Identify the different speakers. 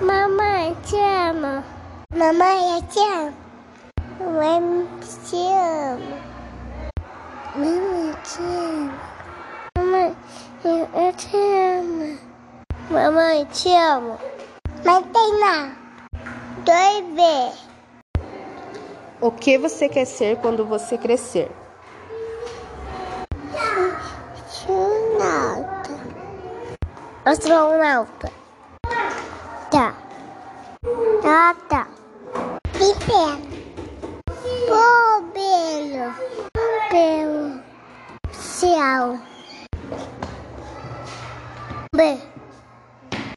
Speaker 1: Mamãe, te amo. Mamãe, eu te amo. Mamãe, te amo. Mamãe, te amo. Mamãe, eu, eu te amo. Mamãe, te amo. Mantenha. Dois B.
Speaker 2: O que você quer ser quando você crescer?
Speaker 1: Astronauta. Astronauta. Tá. Tá, tá. Princesa.